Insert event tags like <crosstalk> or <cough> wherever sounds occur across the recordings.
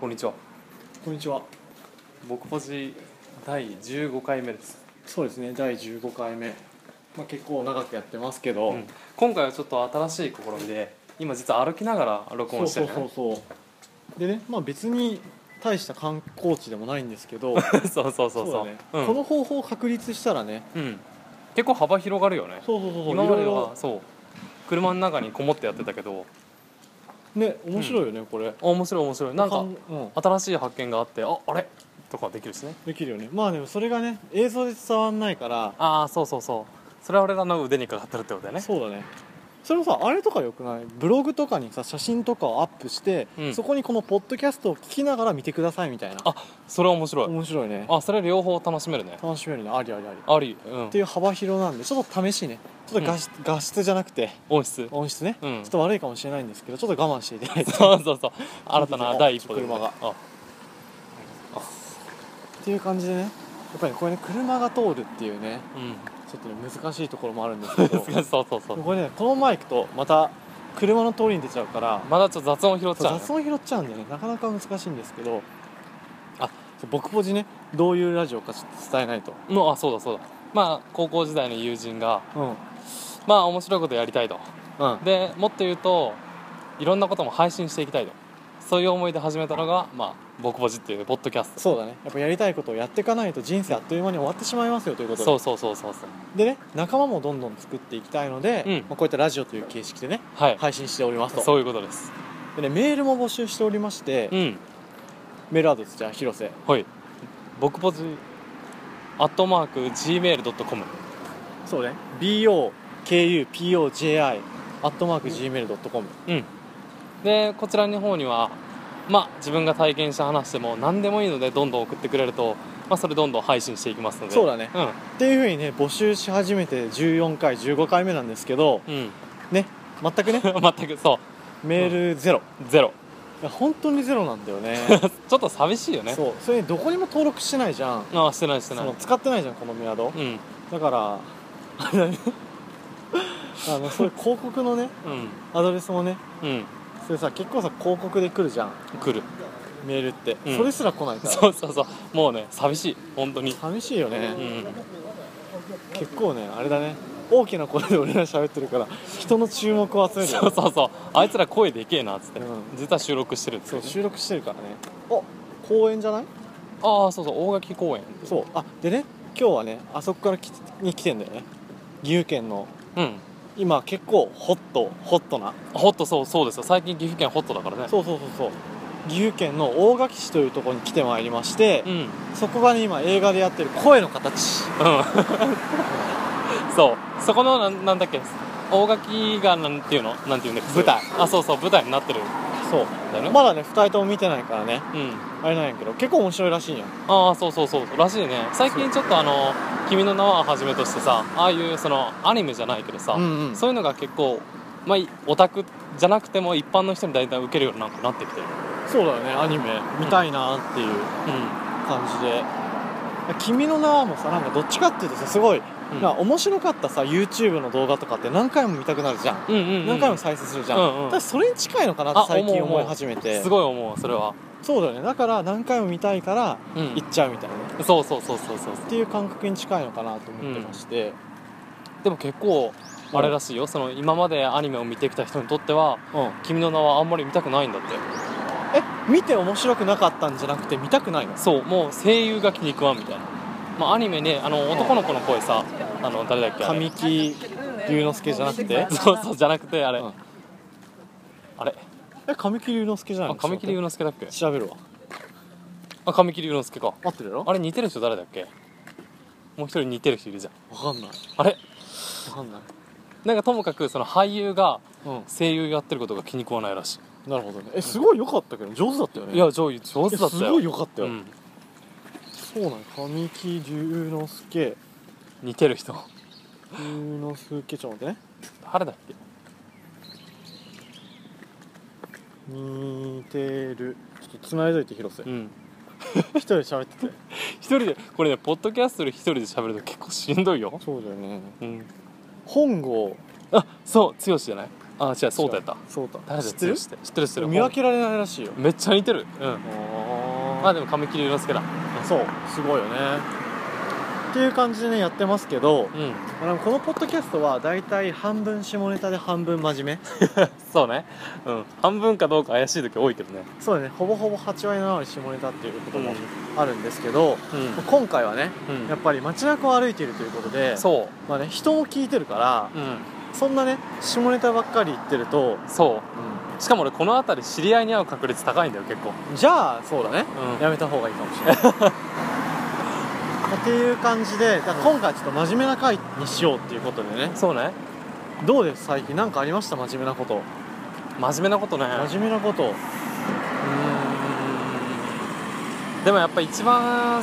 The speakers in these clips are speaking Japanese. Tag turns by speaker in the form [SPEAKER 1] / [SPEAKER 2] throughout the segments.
[SPEAKER 1] こんにちは
[SPEAKER 2] こんにちは。
[SPEAKER 1] 僕ポジ第15回目です、
[SPEAKER 2] そうですね。第15回目。まあ結構長くやってますけど、
[SPEAKER 1] うん今回はちょっと新しい試みで今実は歩きながら録
[SPEAKER 2] そう
[SPEAKER 1] 音して
[SPEAKER 2] そう
[SPEAKER 1] る、ね、
[SPEAKER 2] そうそう。でね、まあ別に大した観光地でもないんですけど、
[SPEAKER 1] そう <laughs> そうそうそう
[SPEAKER 2] だね
[SPEAKER 1] うん
[SPEAKER 2] この方法を確立したらね、
[SPEAKER 1] うん、結構幅広がるよね
[SPEAKER 2] そうそうそうそう。
[SPEAKER 1] 今ま
[SPEAKER 2] い
[SPEAKER 1] で
[SPEAKER 2] ろ
[SPEAKER 1] はそう車の中にこもってやってたけど
[SPEAKER 2] いろね面白いよね、これ。
[SPEAKER 1] あ面白い面白いなん
[SPEAKER 2] か
[SPEAKER 1] か
[SPEAKER 2] んうん、
[SPEAKER 1] 新しい発見があってああれとかできるしね
[SPEAKER 2] できるよね。まあでもそれがね映像で伝わんないから、
[SPEAKER 1] ああそうそうそうそれは俺らの腕にかかってるってことだよね
[SPEAKER 2] そうだね。それもさあれとかよくないブログとかにさ写真とかをアップして、
[SPEAKER 1] うん
[SPEAKER 2] そこにこのポッドキャストを聞きながら見てくださいみたいな
[SPEAKER 1] あそれは面白い
[SPEAKER 2] 面白いね
[SPEAKER 1] あそれ両方楽しめるね
[SPEAKER 2] 楽しめるねありありあり
[SPEAKER 1] あり、うん
[SPEAKER 2] って、いう幅広なんでちょっと試しねちょっと画質,、画質じゃなくて
[SPEAKER 1] 音質
[SPEAKER 2] 音質ね、
[SPEAKER 1] うん
[SPEAKER 2] ちょっと悪いかもしれないんですけどちょっと我慢 <laughs> していただいてっ
[SPEAKER 1] そうそうそう新たな第一歩で
[SPEAKER 2] 車が
[SPEAKER 1] あ
[SPEAKER 2] ていう感じでねやっぱりこれね車が通るっていうね
[SPEAKER 1] うん
[SPEAKER 2] ちょっとね難しいところもあるんですけ <laughs> ど
[SPEAKER 1] そうそうそう
[SPEAKER 2] これねこのマイクとまた車の通りに出ちゃうから、
[SPEAKER 1] まだちょっと雑音拾っちゃうね
[SPEAKER 2] 雑音拾っちゃうんでねなかなか難しいんですけど
[SPEAKER 1] あ
[SPEAKER 2] そう僕ポジねどういうラジオかちょっと伝えないと
[SPEAKER 1] のあそうだそうだまあ高校時代の友人が
[SPEAKER 2] うんうん
[SPEAKER 1] まあ面白いことやりたいとでもっと言うといろんなことも配信していきたいとそういう思いで始めたのが「まあ、僕ぼじ」っていうポッドキャス
[SPEAKER 2] そうだねやっぱやりたいことをやっていかないと人生あっという間に終わってしまいますよというこ
[SPEAKER 1] ト
[SPEAKER 2] とで
[SPEAKER 1] そうそうそうそうそう
[SPEAKER 2] でね仲間もどんどん作っていきたいので、
[SPEAKER 1] うん
[SPEAKER 2] まあ、こういったラジオという形式でね
[SPEAKER 1] はい、
[SPEAKER 2] 配信しておりますと
[SPEAKER 1] そういうことです
[SPEAKER 2] で、ね、メールも募集しておりまして、
[SPEAKER 1] うん
[SPEAKER 2] メールアドレスじゃあ広瀬
[SPEAKER 1] はい僕ぼじアットマーク Gmail.com
[SPEAKER 2] そうね BOKUPOJI アットマーク Gmail.com
[SPEAKER 1] うんでこちらの方にはまあ自分が体験した話でも何でもいいのでどんどん送ってくれると、まあ、それどんどん配信していきますので
[SPEAKER 2] そうだね
[SPEAKER 1] うん
[SPEAKER 2] っていうふうにね募集し始めて14回15回目なんですけど
[SPEAKER 1] うん、 <laughs>
[SPEAKER 2] ね全くね
[SPEAKER 1] 全くそ
[SPEAKER 2] メールゼロ
[SPEAKER 1] うゼロ <laughs>
[SPEAKER 2] いや本当にゼロなんだよね
[SPEAKER 1] ちょっと寂しいよ <laughs> ね
[SPEAKER 2] そうそれにどこにも登録してないじゃん
[SPEAKER 1] あしてないして
[SPEAKER 2] そ
[SPEAKER 1] ない
[SPEAKER 2] の使ってないじゃんこのメアド
[SPEAKER 1] うん
[SPEAKER 2] だからあれだね <laughs> あのそういう広告のね
[SPEAKER 1] うん
[SPEAKER 2] アドレスもね
[SPEAKER 1] うん
[SPEAKER 2] それさ結構さ広告で来るじゃん
[SPEAKER 1] 来る
[SPEAKER 2] メールって、
[SPEAKER 1] うん
[SPEAKER 2] それすら来ないから
[SPEAKER 1] そうそうそうもうね寂しい本当に
[SPEAKER 2] 寂しいよね、 <laughs>
[SPEAKER 1] うん
[SPEAKER 2] 結構ねあれだね大きな声で俺ら喋ってるから人の注目を集めるよ
[SPEAKER 1] そ
[SPEAKER 2] ね
[SPEAKER 1] うそうそうあいつら声でけえなっつって、
[SPEAKER 2] うん
[SPEAKER 1] 実は収録してるっつ
[SPEAKER 2] そう
[SPEAKER 1] ってね
[SPEAKER 2] 収録してるからねお公園じゃない
[SPEAKER 1] ああそうそう大垣公園
[SPEAKER 2] そうあでね今日はねあそこからきに来てんだよね岐阜県の
[SPEAKER 1] うん
[SPEAKER 2] 今結構ホットホットな
[SPEAKER 1] ホットそうそうですよ最近岐阜県ホットだからね
[SPEAKER 2] そうそうそうそう岐阜県の大垣市というところに来てまいりまして、
[SPEAKER 1] うんうん
[SPEAKER 2] そこがね今映画でやってる声の形
[SPEAKER 1] <laughs> そうそこのなんなんだっけ大垣がなんていうのなんていうんだっけ
[SPEAKER 2] 舞台
[SPEAKER 1] あそうそう舞台になってるん
[SPEAKER 2] そう
[SPEAKER 1] だよね、
[SPEAKER 2] まだね2人とも見てないからね
[SPEAKER 1] うん
[SPEAKER 2] あれなんやけど結構面白いらしいんや
[SPEAKER 1] ああそうそうそうそうらしいね最近ちょっとあの「君の名は」はじめとしてさああいうそのアニメじゃないけどさ、
[SPEAKER 2] んうん
[SPEAKER 1] そういうのが結構まあオタクじゃなくても一般の人に大体受けるようになんかなってきてる
[SPEAKER 2] そうだよねアニメ見たいなっていう
[SPEAKER 1] うん
[SPEAKER 2] 感じで「君の名は」もさなんかどっちかっていうとさすごい、
[SPEAKER 1] うん
[SPEAKER 2] まあ面白かったさ YouTube の動画とかって何回も見たくなるじゃん、
[SPEAKER 1] うんうん、うん、
[SPEAKER 2] 何回も再生するじゃん、
[SPEAKER 1] うんうん
[SPEAKER 2] ただそれに近いのかなって
[SPEAKER 1] あ
[SPEAKER 2] 最近
[SPEAKER 1] 思う思う
[SPEAKER 2] 思い始めて
[SPEAKER 1] すごい思うそれは、
[SPEAKER 2] そうだよねだから何回も見たいから
[SPEAKER 1] うん
[SPEAKER 2] 行っちゃうみたいなね、
[SPEAKER 1] そうそうそうそうそう
[SPEAKER 2] っていう感覚に近いのかなと思ってまして、
[SPEAKER 1] でも結構あれらしいよその今までアニメを見てきた人にとっては
[SPEAKER 2] うん
[SPEAKER 1] 「君の名は」あんまり見たくないんだって
[SPEAKER 2] え見て面白くなかったんじゃなくて見たくないの
[SPEAKER 1] そうもう声優が気に食わんみたいな、まあ、アニメねあの男の子の声さあの誰だっけあれ
[SPEAKER 2] 神木隆之介じゃなくて
[SPEAKER 1] そうそうじゃなくてあれ、
[SPEAKER 2] うん
[SPEAKER 1] あれ
[SPEAKER 2] え神木隆之介じゃない
[SPEAKER 1] あ
[SPEAKER 2] の
[SPEAKER 1] 神木隆之介だっけ
[SPEAKER 2] 調べるわ
[SPEAKER 1] あ神木隆之介か
[SPEAKER 2] 合ってるやろ
[SPEAKER 1] あれ似てる人誰だっけもう一人似てる人いるじゃん
[SPEAKER 2] わかんない
[SPEAKER 1] あれ
[SPEAKER 2] わかんない
[SPEAKER 1] なんかともかくその俳優が
[SPEAKER 2] うん
[SPEAKER 1] 声優やってることが気に食わないらし
[SPEAKER 2] なるほどねえすごい良かったけど上手だったよ
[SPEAKER 1] い、
[SPEAKER 2] ね
[SPEAKER 1] いや上上手だったよ
[SPEAKER 2] すごい良かった
[SPEAKER 1] う
[SPEAKER 2] よ、
[SPEAKER 1] ん、
[SPEAKER 2] そうなの神木隆之介
[SPEAKER 1] 似てる人
[SPEAKER 2] 隆之介ちょっと待ってね
[SPEAKER 1] 誰だっけ
[SPEAKER 2] 似てるちょっと繋いどいて広瀬
[SPEAKER 1] うん
[SPEAKER 2] 一人で喋ってて
[SPEAKER 1] 一人でこれねポッドキャストで一人で喋ると結構しんどいよ
[SPEAKER 2] そうだよね
[SPEAKER 1] うん
[SPEAKER 2] 本郷
[SPEAKER 1] あそう剛じゃないあ違うそうだやった
[SPEAKER 2] そうだ
[SPEAKER 1] 誰だ
[SPEAKER 2] 知ってる
[SPEAKER 1] 知ってる知ってる知ってる
[SPEAKER 2] 見分けられないらしいよ
[SPEAKER 1] めっちゃ似てるうんま
[SPEAKER 2] あ
[SPEAKER 1] あでも髪切り色つけだ
[SPEAKER 2] そうすごいよねっていう感じでねやってますけ
[SPEAKER 1] う
[SPEAKER 2] ど
[SPEAKER 1] ん
[SPEAKER 2] あのこのポッドキャストはだいたい半分下ネタで半分真面目
[SPEAKER 1] そうねうん半分かどうか怪しい時多いけどね
[SPEAKER 2] そうだねほぼほぼ8割7割下ネタっていうこともあるんですけ
[SPEAKER 1] う
[SPEAKER 2] ど、
[SPEAKER 1] ん
[SPEAKER 2] 今回はね
[SPEAKER 1] うん
[SPEAKER 2] やっぱり街中を歩いているということで
[SPEAKER 1] そ
[SPEAKER 2] まあね、人も聞いてるから
[SPEAKER 1] ううん
[SPEAKER 2] そんなね下ネタばっかり言ってると、
[SPEAKER 1] そうしかも俺この辺り知り合いに会う確率高いんだよ結構
[SPEAKER 2] じゃあそうだね
[SPEAKER 1] うん
[SPEAKER 2] やめた方がいいかもしれないっていう感じでだから今回はちょっと真面目な回にしようっていうことでね
[SPEAKER 1] そうね
[SPEAKER 2] どうです最近何かありました真面目なこと
[SPEAKER 1] 真面目なことね
[SPEAKER 2] 真面目なこと
[SPEAKER 1] でもやっぱ一番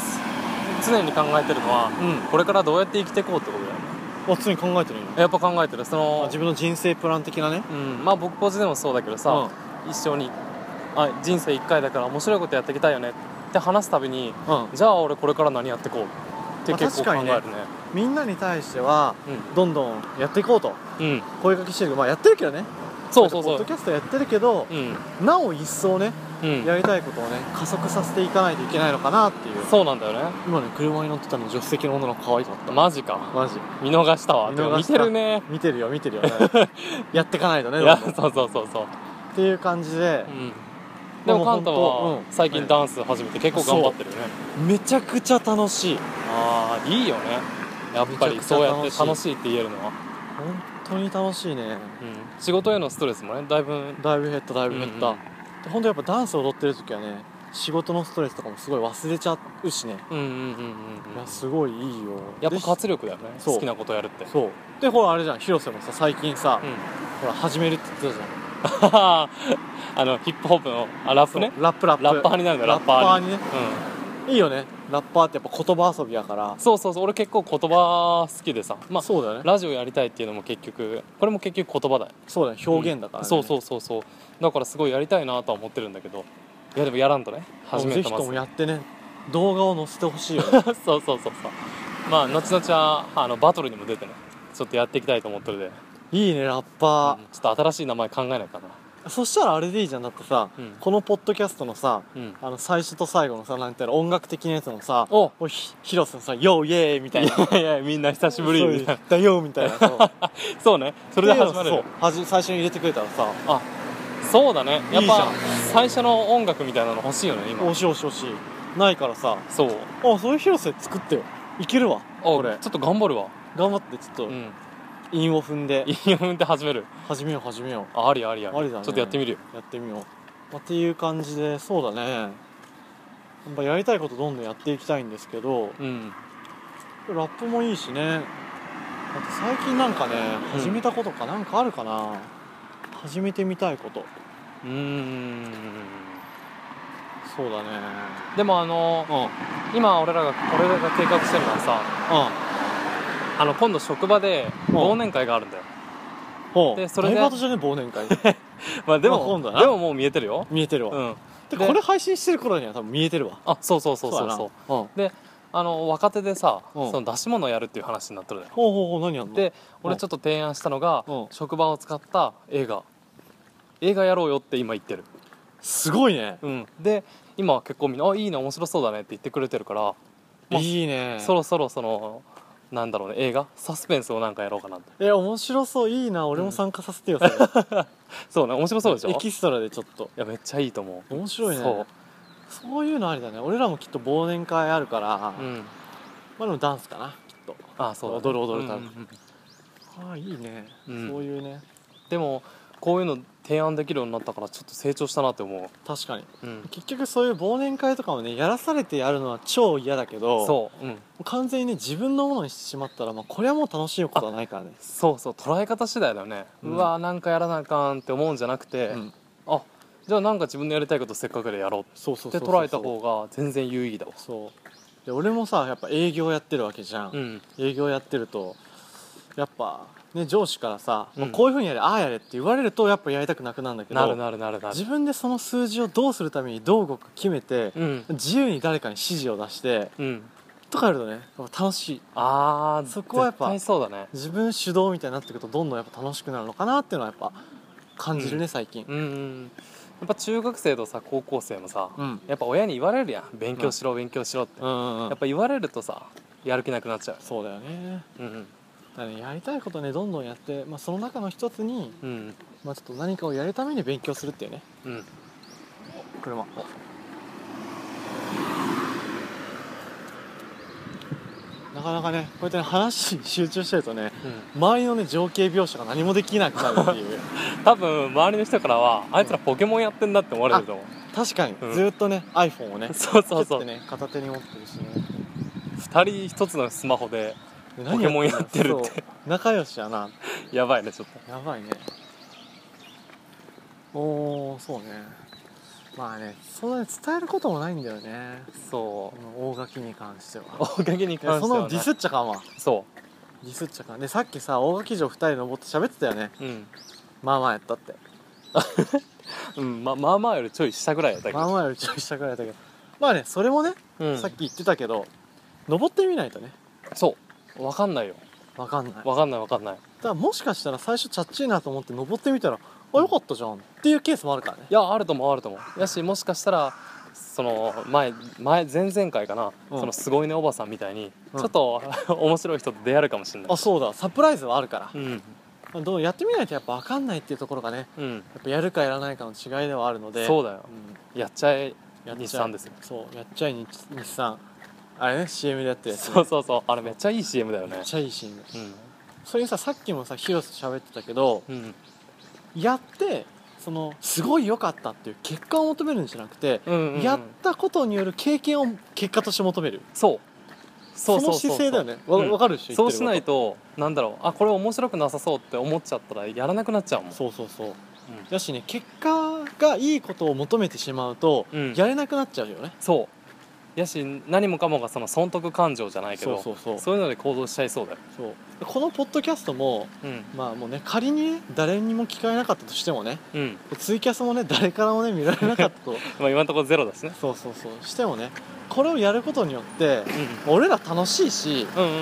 [SPEAKER 1] 常に考えてるのは
[SPEAKER 2] うん
[SPEAKER 1] これからどうやって生きていこうってことだよね
[SPEAKER 2] 普通に考えてるよ
[SPEAKER 1] やっぱ考えてるそ
[SPEAKER 2] あ
[SPEAKER 1] の
[SPEAKER 2] 自分の人生プラン的なね
[SPEAKER 1] うんまあ僕ポジでもそうだけどさ、一緒にあ人生1回だから面白いことやっていきたいよねって話すたびに
[SPEAKER 2] うん、うん、
[SPEAKER 1] じゃあ俺これから何やっていこうって結構考
[SPEAKER 2] まあ
[SPEAKER 1] え
[SPEAKER 2] 確かに
[SPEAKER 1] る
[SPEAKER 2] ね
[SPEAKER 1] ね,、
[SPEAKER 2] みんなに対してはどんどんやっていこうと
[SPEAKER 1] うん、うん、
[SPEAKER 2] 声かけしてるけどまあやってるけどね
[SPEAKER 1] そうそうそ
[SPEAKER 2] ポッド
[SPEAKER 1] う
[SPEAKER 2] キャストやってるけど
[SPEAKER 1] うん
[SPEAKER 2] なお一層ね
[SPEAKER 1] うん
[SPEAKER 2] やりたいことをね加速させていかないといけないのかなっていう
[SPEAKER 1] そうなんだよね
[SPEAKER 2] 今ね車に乗ってたの助手席の女の子可愛かった
[SPEAKER 1] マジか
[SPEAKER 2] マジ
[SPEAKER 1] 見逃したわ
[SPEAKER 2] 見
[SPEAKER 1] でも
[SPEAKER 2] 逃
[SPEAKER 1] 見
[SPEAKER 2] した
[SPEAKER 1] てるね
[SPEAKER 2] 見てるよ見て <laughs> るよやってかないとね
[SPEAKER 1] い
[SPEAKER 2] ど
[SPEAKER 1] や
[SPEAKER 2] んどんっ
[SPEAKER 1] そうそうそうそう
[SPEAKER 2] ていう感じで
[SPEAKER 1] うんでもカンタ
[SPEAKER 2] もう
[SPEAKER 1] は
[SPEAKER 2] 本当うん
[SPEAKER 1] 最近ダンス始めて結構頑張ってるよね
[SPEAKER 2] めちゃくちゃ楽しい
[SPEAKER 1] ああいいよねやっぱり
[SPEAKER 2] めちゃくちゃ
[SPEAKER 1] そうやって楽
[SPEAKER 2] 楽
[SPEAKER 1] しいって言えるのは、
[SPEAKER 2] 本当に楽しいね
[SPEAKER 1] うん、仕事へのストレスもねだいぶ
[SPEAKER 2] だいぶ減っただいぶ減った、
[SPEAKER 1] うん
[SPEAKER 2] で本当やっぱダンス踊ってる時はね仕事のストレスとかもすごい忘れちゃうしね、
[SPEAKER 1] うんうんうんうんうん
[SPEAKER 2] いやすごいいいよ
[SPEAKER 1] やっぱ
[SPEAKER 2] で
[SPEAKER 1] 活力だよね
[SPEAKER 2] そう
[SPEAKER 1] 好きなことやるって
[SPEAKER 2] そうでほらあれじゃん広瀬もさ最近さ、
[SPEAKER 1] うん <laughs>
[SPEAKER 2] ほら始めるって言ってたじ
[SPEAKER 1] あのヒップホップのあラップ
[SPEAKER 2] ゃん、
[SPEAKER 1] ね
[SPEAKER 2] ラップラップ
[SPEAKER 1] ラッパーになるんだよラッパーに
[SPEAKER 2] ラッパーにね
[SPEAKER 1] う
[SPEAKER 2] いいよねラッパーってやっぱ言葉遊びやから
[SPEAKER 1] ん、そうそうそう俺結構言葉好きでさまあ
[SPEAKER 2] そうだよね
[SPEAKER 1] ラジオやりたいっていうのも結局これも結局言葉だよ
[SPEAKER 2] そうだよ表現だから、ね
[SPEAKER 1] そうそうそうそうだからすごいやりたいなとは思ってるんだけどいやでもやらんとね始め
[SPEAKER 2] ぜ
[SPEAKER 1] て
[SPEAKER 2] ひ
[SPEAKER 1] ま
[SPEAKER 2] と
[SPEAKER 1] す
[SPEAKER 2] もやってね動画を載せてほしいよね
[SPEAKER 1] <laughs> そうそうそうそうまあ後々はあのバトルにも出てねちょっとやっていきたいと思ってるで
[SPEAKER 2] いいねラッパー、
[SPEAKER 1] うんちょっと新しい名前考えないかな
[SPEAKER 2] そしたらあれでいいじゃんだってさ、
[SPEAKER 1] うん
[SPEAKER 2] このポッドキャストのさ
[SPEAKER 1] うん
[SPEAKER 2] あの最初と最後のさなんていうの音楽的なやつのさ
[SPEAKER 1] お
[SPEAKER 2] おひ広瀬のさ「ヨーイエーイ!」みたい
[SPEAKER 1] <laughs>
[SPEAKER 2] ない
[SPEAKER 1] やいやみんな久しぶりみたい
[SPEAKER 2] そうだよみたいなそう
[SPEAKER 1] なそうね <laughs> それで始まる
[SPEAKER 2] そう
[SPEAKER 1] よ
[SPEAKER 2] はじ最初に入れてくれたらさ
[SPEAKER 1] あそうだねやっ
[SPEAKER 2] いいじゃ
[SPEAKER 1] ぱ
[SPEAKER 2] ん
[SPEAKER 1] 最初の音楽みたいなの欲しいよね
[SPEAKER 2] お
[SPEAKER 1] 今
[SPEAKER 2] しおしおしないからさ
[SPEAKER 1] そう
[SPEAKER 2] あそういう広瀬作ってよいけるわこ
[SPEAKER 1] あ
[SPEAKER 2] れ
[SPEAKER 1] ちょっと頑張るわ
[SPEAKER 2] 頑張ってちょっと
[SPEAKER 1] うん <laughs>
[SPEAKER 2] 韻を踏んで
[SPEAKER 1] 韻を踏んで始める
[SPEAKER 2] 始めよう始めよ
[SPEAKER 1] あありありあり
[SPEAKER 2] ありだね
[SPEAKER 1] ちょっとやってみるよ
[SPEAKER 2] うやってみよう、まあっていう感じでそうだねやっぱやりたいことどんどんやっていきたいんですけど
[SPEAKER 1] うん
[SPEAKER 2] ラップもいいしねあと最近なんかね
[SPEAKER 1] うん
[SPEAKER 2] 始めたことかなんかあるかな、始めてみたいこと
[SPEAKER 1] うーん
[SPEAKER 2] そうだね
[SPEAKER 1] でもあの
[SPEAKER 2] うんうん
[SPEAKER 1] 今俺らが俺らが計画してるのはさあの今度職場で忘年会があるんだよ、
[SPEAKER 2] ほう
[SPEAKER 1] でそれで
[SPEAKER 2] 大バトじゃね忘年会
[SPEAKER 1] <laughs> まあで
[SPEAKER 2] まあ
[SPEAKER 1] も、
[SPEAKER 2] 今度はな
[SPEAKER 1] でももう見えてるよ
[SPEAKER 2] 見えてるわ、
[SPEAKER 1] うん
[SPEAKER 2] で
[SPEAKER 1] で
[SPEAKER 2] これ配信してる頃には多分見えてるわ
[SPEAKER 1] あそうそうそうそうそう
[SPEAKER 2] うだなうん
[SPEAKER 1] あの若手でさ、
[SPEAKER 2] うん
[SPEAKER 1] その出し物をやるっていう話になってるだよ
[SPEAKER 2] ほうほうほう何やんの
[SPEAKER 1] で
[SPEAKER 2] うん
[SPEAKER 1] 俺ちょっと提案したのが、
[SPEAKER 2] うん
[SPEAKER 1] 職場を使った映画映画やろうよって今言ってる、
[SPEAKER 2] すごいね、
[SPEAKER 1] うん、で今は結構みんな「あいいね面白そうだね」って言ってくれてるから、まあ
[SPEAKER 2] いいね
[SPEAKER 1] そろそろそのなんだろうね映画サスペンスをなんかやろうかなって
[SPEAKER 2] え面白そういいな俺も参加させてよ、そ <laughs> れ
[SPEAKER 1] そうね面白そうでしょ
[SPEAKER 2] エ
[SPEAKER 1] い
[SPEAKER 2] キストラでちょっと
[SPEAKER 1] やめっちゃいいと思う
[SPEAKER 2] 面白いね
[SPEAKER 1] そ
[SPEAKER 2] そういうのありだね俺らもきっと忘年会あるから、
[SPEAKER 1] う、う
[SPEAKER 2] ま
[SPEAKER 1] ん、
[SPEAKER 2] あでもダンスかなきっと
[SPEAKER 1] あそうだ、ね、
[SPEAKER 2] 踊る踊
[SPEAKER 1] うんう
[SPEAKER 2] る多分
[SPEAKER 1] んうん
[SPEAKER 2] ああいいね、
[SPEAKER 1] うん
[SPEAKER 2] そういうね
[SPEAKER 1] でもこういうの提案できるようになったからちょっと成長したなって思
[SPEAKER 2] 確かに
[SPEAKER 1] う、うん、
[SPEAKER 2] 結局そういう忘年会とかもねやらされてやるのは超嫌だけど
[SPEAKER 1] そう、うん、
[SPEAKER 2] う完全にね自分のものにしてしまったら、まあ、これはもう楽しいことはないからね
[SPEAKER 1] そうそう捉え方次第だよね、う
[SPEAKER 2] うん
[SPEAKER 1] わなんかやらなあかんって思うんじゃなくて、
[SPEAKER 2] うん
[SPEAKER 1] あじゃあなんか自分のやりたいことせっかくでやろう
[SPEAKER 2] そうそ
[SPEAKER 1] っ
[SPEAKER 2] う
[SPEAKER 1] て
[SPEAKER 2] そうそう
[SPEAKER 1] 捉えた方が全然有意義だわ
[SPEAKER 2] そうで俺もさやっぱ営業やってるわけじゃん、
[SPEAKER 1] うん
[SPEAKER 2] 営業やってるとやっぱね上司からさ、
[SPEAKER 1] うん
[SPEAKER 2] まあこういうふうにやれああやれって言われるとやっぱやりたくなくなるんだけど
[SPEAKER 1] なるなるなるなる
[SPEAKER 2] 自分でその数字をどうするためにどう動くか決めて、
[SPEAKER 1] うん
[SPEAKER 2] 自由に誰かに指示を出して
[SPEAKER 1] うん
[SPEAKER 2] とかやるとねやっぱ楽しい
[SPEAKER 1] あー
[SPEAKER 2] そこはやっぱ
[SPEAKER 1] 絶対そうだね
[SPEAKER 2] 自分主導みたいになってくるとどんどんやっぱ楽しくなるのかなっていうのはやっぱ感じるね、最近
[SPEAKER 1] うんうんやっぱ中学生とさ高校生もさ
[SPEAKER 2] うん
[SPEAKER 1] やっぱ親に言われるやん勉強しろ勉強しろって、
[SPEAKER 2] うんうんうん
[SPEAKER 1] やっぱ言われるとさやる気なくなっちゃ
[SPEAKER 2] そうだよね
[SPEAKER 1] ううん
[SPEAKER 2] だからねやりたいことねどんどんやって、まあ、その中の一つに、
[SPEAKER 1] うんうん
[SPEAKER 2] まあ、ちょっと何かをやるために勉強するっていうね
[SPEAKER 1] うん
[SPEAKER 2] 車なかなかねこうやってね話に集中してるとね周りのね情景描写が何もできなくなるっ
[SPEAKER 1] <laughs>
[SPEAKER 2] ていう
[SPEAKER 1] 多分周りの人からはあいつらポケモンやってんだって思われると思う
[SPEAKER 2] 確かに、
[SPEAKER 1] うん
[SPEAKER 2] ずーっとね iPhone をね
[SPEAKER 1] そうそう
[SPEAKER 2] キュ
[SPEAKER 1] そ
[SPEAKER 2] ッ
[SPEAKER 1] う
[SPEAKER 2] てね片手に持ってるしね
[SPEAKER 1] 二人一つのスマホで
[SPEAKER 2] で
[SPEAKER 1] ポケモンやってるって
[SPEAKER 2] んだろうそう仲良しやな
[SPEAKER 1] やばいねちょっと
[SPEAKER 2] やばいねおおそうねまあねそんなに伝えることもないんだよね
[SPEAKER 1] そ
[SPEAKER 2] この大垣に関しては
[SPEAKER 1] う大垣に
[SPEAKER 2] いや
[SPEAKER 1] 関
[SPEAKER 2] そ
[SPEAKER 1] しては
[SPEAKER 2] の
[SPEAKER 1] な
[SPEAKER 2] ディスっちゃかんわ
[SPEAKER 1] そ
[SPEAKER 2] ディスっちゃかんでさっきさ大垣城2人登って喋ってたよね
[SPEAKER 1] ううん、
[SPEAKER 2] まあまあやったって
[SPEAKER 1] うん、ままあまあよりちょい下ぐらいやったけど、
[SPEAKER 2] まあまあよりちょいしたくらいだけどまあねそれもね、
[SPEAKER 1] うん、
[SPEAKER 2] さっき言ってたけど登ってみないとね
[SPEAKER 1] そうわかんないよ
[SPEAKER 2] わかんない
[SPEAKER 1] わかんないわかんない
[SPEAKER 2] だからもしかしたら最初チャッチーなと思って登ってみたらあよかったじゃんっていうケースもあるからね
[SPEAKER 1] いやあると思うあると思うやしもしかしたらその前前前々回かな、
[SPEAKER 2] うん
[SPEAKER 1] そのすごいねおばさんみたいに、
[SPEAKER 2] うん
[SPEAKER 1] ちょっと <laughs> 面白い人と出会えるかもしれない
[SPEAKER 2] あそうだサプライズはあるから
[SPEAKER 1] うん
[SPEAKER 2] まあどうやってみないとやっぱ分かんないっていうところがね
[SPEAKER 1] うん
[SPEAKER 2] やっぱやるかやらないかの違いではあるので
[SPEAKER 1] そう
[SPEAKER 2] う、
[SPEAKER 1] だよ
[SPEAKER 2] ん、
[SPEAKER 1] やっちゃえ
[SPEAKER 2] やっ
[SPEAKER 1] 日
[SPEAKER 2] ちゃ
[SPEAKER 1] 産
[SPEAKER 2] い
[SPEAKER 1] ですよ
[SPEAKER 2] そうやっちゃい日日産あれね CM でやってるやつ、
[SPEAKER 1] <laughs>
[SPEAKER 2] ね、
[SPEAKER 1] そうそうそうあれめっちゃいい CM だよね
[SPEAKER 2] めっちゃいい CM
[SPEAKER 1] うん
[SPEAKER 2] それにささっきもさ広瀬と喋ってたけど
[SPEAKER 1] うん
[SPEAKER 2] やってそのすごい良かったっていう結果を求めるんじゃなくて、
[SPEAKER 1] うんうんうん
[SPEAKER 2] やったことによる経験を結果として求める
[SPEAKER 1] そうそうそう
[SPEAKER 2] の
[SPEAKER 1] そう
[SPEAKER 2] 姿勢だよねわ
[SPEAKER 1] うん
[SPEAKER 2] わかるでしょ、
[SPEAKER 1] そうしない
[SPEAKER 2] と
[SPEAKER 1] となんだろうあこれ面白くなさそうって思っちゃったらやらなくなっちゃうもん
[SPEAKER 2] そうそうそうだしね結果がいいことを求めてしまうと、
[SPEAKER 1] うん
[SPEAKER 2] やれなくなっちゃうよね
[SPEAKER 1] そうやし何もかもがその損得感情じゃないけ
[SPEAKER 2] そ
[SPEAKER 1] ど
[SPEAKER 2] うそうそう
[SPEAKER 1] そういうので行動しちゃいそうだよ、
[SPEAKER 2] そうこのポッドキャストも
[SPEAKER 1] うん
[SPEAKER 2] まあもうね仮にね誰にも聞かれなかったとしてもね
[SPEAKER 1] うん
[SPEAKER 2] ツイキャスもね誰からもね見られなかった
[SPEAKER 1] <laughs>
[SPEAKER 2] と
[SPEAKER 1] まあ、今のところゼロだしね
[SPEAKER 2] そうそうそうしてもねこれをやることによって
[SPEAKER 1] う
[SPEAKER 2] 俺ら楽しいし
[SPEAKER 1] んうんうんう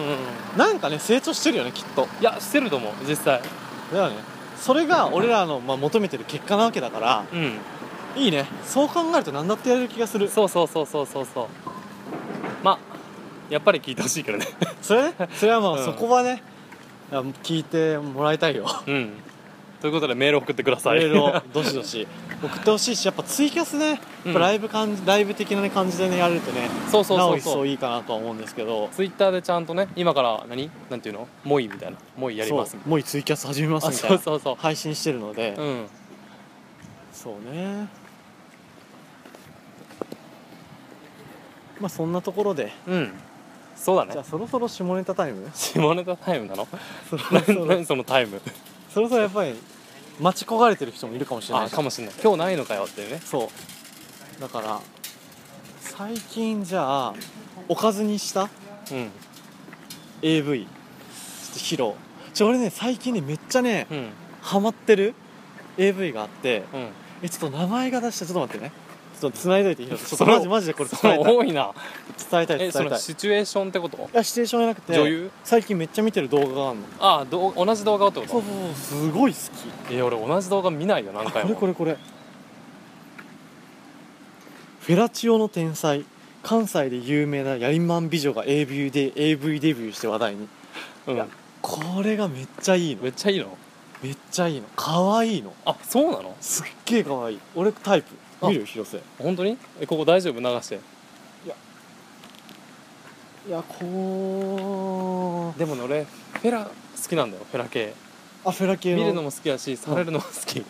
[SPEAKER 1] ん
[SPEAKER 2] なんかね成長してるよねきっと
[SPEAKER 1] いやしてると思う実際
[SPEAKER 2] だよねそれが俺らの、まあ、求めてる結果なわけだから
[SPEAKER 1] うん
[SPEAKER 2] いいねそう考えると何だってやれる気がする
[SPEAKER 1] そうそうそうそうそうそうまあやっぱり聞いてほしいけど
[SPEAKER 2] <laughs>
[SPEAKER 1] ね <laughs>
[SPEAKER 2] それねそれはまあ、
[SPEAKER 1] うん
[SPEAKER 2] そこはねいや聞いてもら
[SPEAKER 1] <laughs>
[SPEAKER 2] いたいよ
[SPEAKER 1] うんということでメール送ってくだ
[SPEAKER 2] メ
[SPEAKER 1] さい
[SPEAKER 2] ールをどしどし送ってほしいしやっぱツイキャスね、
[SPEAKER 1] うん
[SPEAKER 2] ライブ感じライブ的な、ね、感じでねやれるとね
[SPEAKER 1] <laughs> そうそう
[SPEAKER 2] な
[SPEAKER 1] そ
[SPEAKER 2] お
[SPEAKER 1] う
[SPEAKER 2] 一層
[SPEAKER 1] そう
[SPEAKER 2] いいかなとは思うんですけど
[SPEAKER 1] ツイッターでちゃんとね今から何なんていうのもいみたいなもいやりますみ
[SPEAKER 2] そうもうツイキャス始めま
[SPEAKER 1] たい
[SPEAKER 2] す
[SPEAKER 1] な
[SPEAKER 2] みたい
[SPEAKER 1] あそ
[SPEAKER 2] な
[SPEAKER 1] うそうそ
[SPEAKER 2] 配信してるので、
[SPEAKER 1] ううん
[SPEAKER 2] そうねまあそんなところで
[SPEAKER 1] うんそうだ
[SPEAKER 2] じゃあ
[SPEAKER 1] ね
[SPEAKER 2] そろそろ下ネタタイム
[SPEAKER 1] 下ネタタイムなの
[SPEAKER 2] そろ
[SPEAKER 1] <laughs>
[SPEAKER 2] そ
[SPEAKER 1] 何
[SPEAKER 2] ろ
[SPEAKER 1] 何そのタイム
[SPEAKER 2] そろそろやっぱり待ち焦がれてる人もいるかもしれな
[SPEAKER 1] あ
[SPEAKER 2] いし
[SPEAKER 1] かもしんない今日ないのかよっていうね
[SPEAKER 2] そうだから最近じゃあおかずにした AV ちょっと披露ちょ俺ね最近ねめっちゃね
[SPEAKER 1] うんうん
[SPEAKER 2] ハマってる AV があって
[SPEAKER 1] うん
[SPEAKER 2] えちょっと名前が出したちょっと待ってねちょっと繋いどいていいのちょっと
[SPEAKER 1] それ
[SPEAKER 2] マジマジでこれ
[SPEAKER 1] そ
[SPEAKER 2] 伝
[SPEAKER 1] の
[SPEAKER 2] えたい
[SPEAKER 1] 多いな
[SPEAKER 2] 伝えたい伝
[SPEAKER 1] え
[SPEAKER 2] えた
[SPEAKER 1] そ
[SPEAKER 2] い
[SPEAKER 1] のシチュエーションってこと
[SPEAKER 2] いやシチュエーションじゃなくて
[SPEAKER 1] 女優
[SPEAKER 2] 最近めっちゃ見てる動画があるの
[SPEAKER 1] あどう同じ動画をってこと
[SPEAKER 2] そうそうそうすごい好
[SPEAKER 1] え俺同じ動画見ないよ何
[SPEAKER 2] き
[SPEAKER 1] 回
[SPEAKER 2] こ
[SPEAKER 1] も
[SPEAKER 2] れこれこれフェラチオの天才関西で有名なヤリマン美女が AV で AV デビューして話題に
[SPEAKER 1] うん
[SPEAKER 2] いやこれがめっちゃいいの
[SPEAKER 1] めっちゃいいの
[SPEAKER 2] めっちゃいいの可愛いの
[SPEAKER 1] あそうなの
[SPEAKER 2] すっげえ可愛い俺タイプ
[SPEAKER 1] あ
[SPEAKER 2] 見る広瀬
[SPEAKER 1] 本当にえここ大丈夫流して
[SPEAKER 2] いやこ
[SPEAKER 1] でもね俺フェラ好きなんだよフェラ系
[SPEAKER 2] うあフェラ系
[SPEAKER 1] 見るの
[SPEAKER 2] の
[SPEAKER 1] も好きだしされるのも好き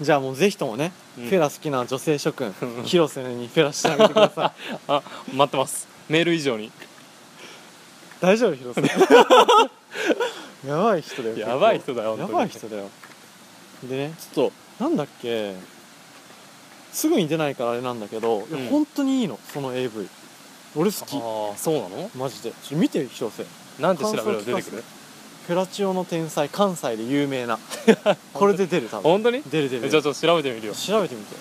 [SPEAKER 2] じゃあもうぜひともね、
[SPEAKER 1] うん
[SPEAKER 2] フェラ好きな女性諸君
[SPEAKER 1] <laughs> うん
[SPEAKER 2] 広瀬にフェラしてあげてください
[SPEAKER 1] あ待ってますメール以上に
[SPEAKER 2] 大丈夫広
[SPEAKER 1] <laughs>
[SPEAKER 2] 瀬 <laughs> やばい人だよ
[SPEAKER 1] やばい人だよ
[SPEAKER 2] や
[SPEAKER 1] 本当に
[SPEAKER 2] ばい人だよでねちょっとなんだっけすぐに出ないからあれなんだけど、い
[SPEAKER 1] うん
[SPEAKER 2] や本当にいいのその AV 俺好き
[SPEAKER 1] ああそうなの
[SPEAKER 2] マジでちょっと見て広瀬
[SPEAKER 1] なんて調べれば出てく
[SPEAKER 2] 感想聞か
[SPEAKER 1] る
[SPEAKER 2] フェラチオの天才関西で有
[SPEAKER 1] <laughs>
[SPEAKER 2] 名なこれで出る多分
[SPEAKER 1] 本当に
[SPEAKER 2] 出る出
[SPEAKER 1] え
[SPEAKER 2] る
[SPEAKER 1] じゃあちょっと調べてみるよ
[SPEAKER 2] 調べてみて、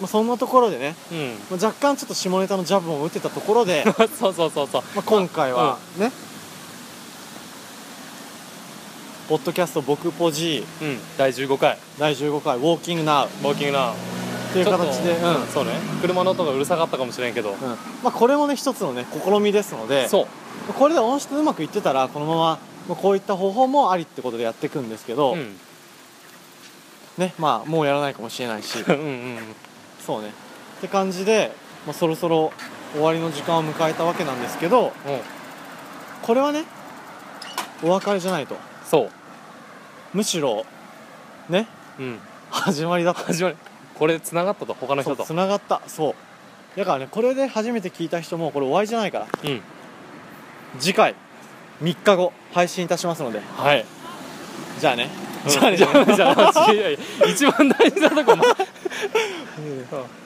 [SPEAKER 2] まあ、そんなところでね、
[SPEAKER 1] うん、 <laughs> うん、
[SPEAKER 2] まあ、若干ちょっと下ネタのジャブも打てたとこ
[SPEAKER 1] <laughs>
[SPEAKER 2] ろでま
[SPEAKER 1] そうそうそうそう
[SPEAKER 2] あ今回はね、ポッドキャスト僕ポジ
[SPEAKER 1] うん第15回
[SPEAKER 2] 第15回ウォーキングナウっ
[SPEAKER 1] ウォーキングな
[SPEAKER 2] ていう形で、うん
[SPEAKER 1] うん、そうね車の音がうるさかったかもしれんけど、
[SPEAKER 2] うんまあ、これもね一つのね試みですので
[SPEAKER 1] そう
[SPEAKER 2] これで音質うまくいってたらこのまままあこういった方法もありってことでやっていくんですけど、
[SPEAKER 1] うん、
[SPEAKER 2] ねまあもうやらないかもしれな
[SPEAKER 1] <laughs>
[SPEAKER 2] いし
[SPEAKER 1] うんうん
[SPEAKER 2] そうねって感じで、まあ、そろそろ終わりの時間を迎えたわけなんですけど
[SPEAKER 1] うんうん
[SPEAKER 2] これはねお別れじゃないと
[SPEAKER 1] そ
[SPEAKER 2] むしろね
[SPEAKER 1] う、うん、
[SPEAKER 2] 始まりだと
[SPEAKER 1] 始まりこれ繋がったと他の人と
[SPEAKER 2] つながったそうだからねこれで初めて聞いた人もこれ終わりじゃないから
[SPEAKER 1] うん
[SPEAKER 2] 次回3日後配信いたしますので
[SPEAKER 1] はい
[SPEAKER 2] じゃあね、
[SPEAKER 1] じゃあねじゃあねじゃ <laughs> あねいやいや一番大事なとこま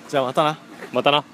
[SPEAKER 2] じゃあまたな
[SPEAKER 1] <laughs> またな